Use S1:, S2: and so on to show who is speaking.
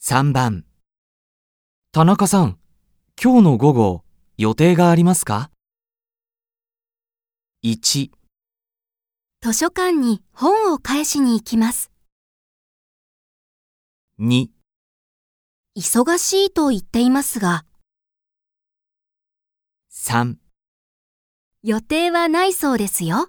S1: 3番田中さん、今日の午後、予定がありますか ?1、
S2: 図書館に本を返しに行きます。
S1: 2、
S2: 忙しいと言っていますが、
S1: 3
S2: 予定はないそうですよ。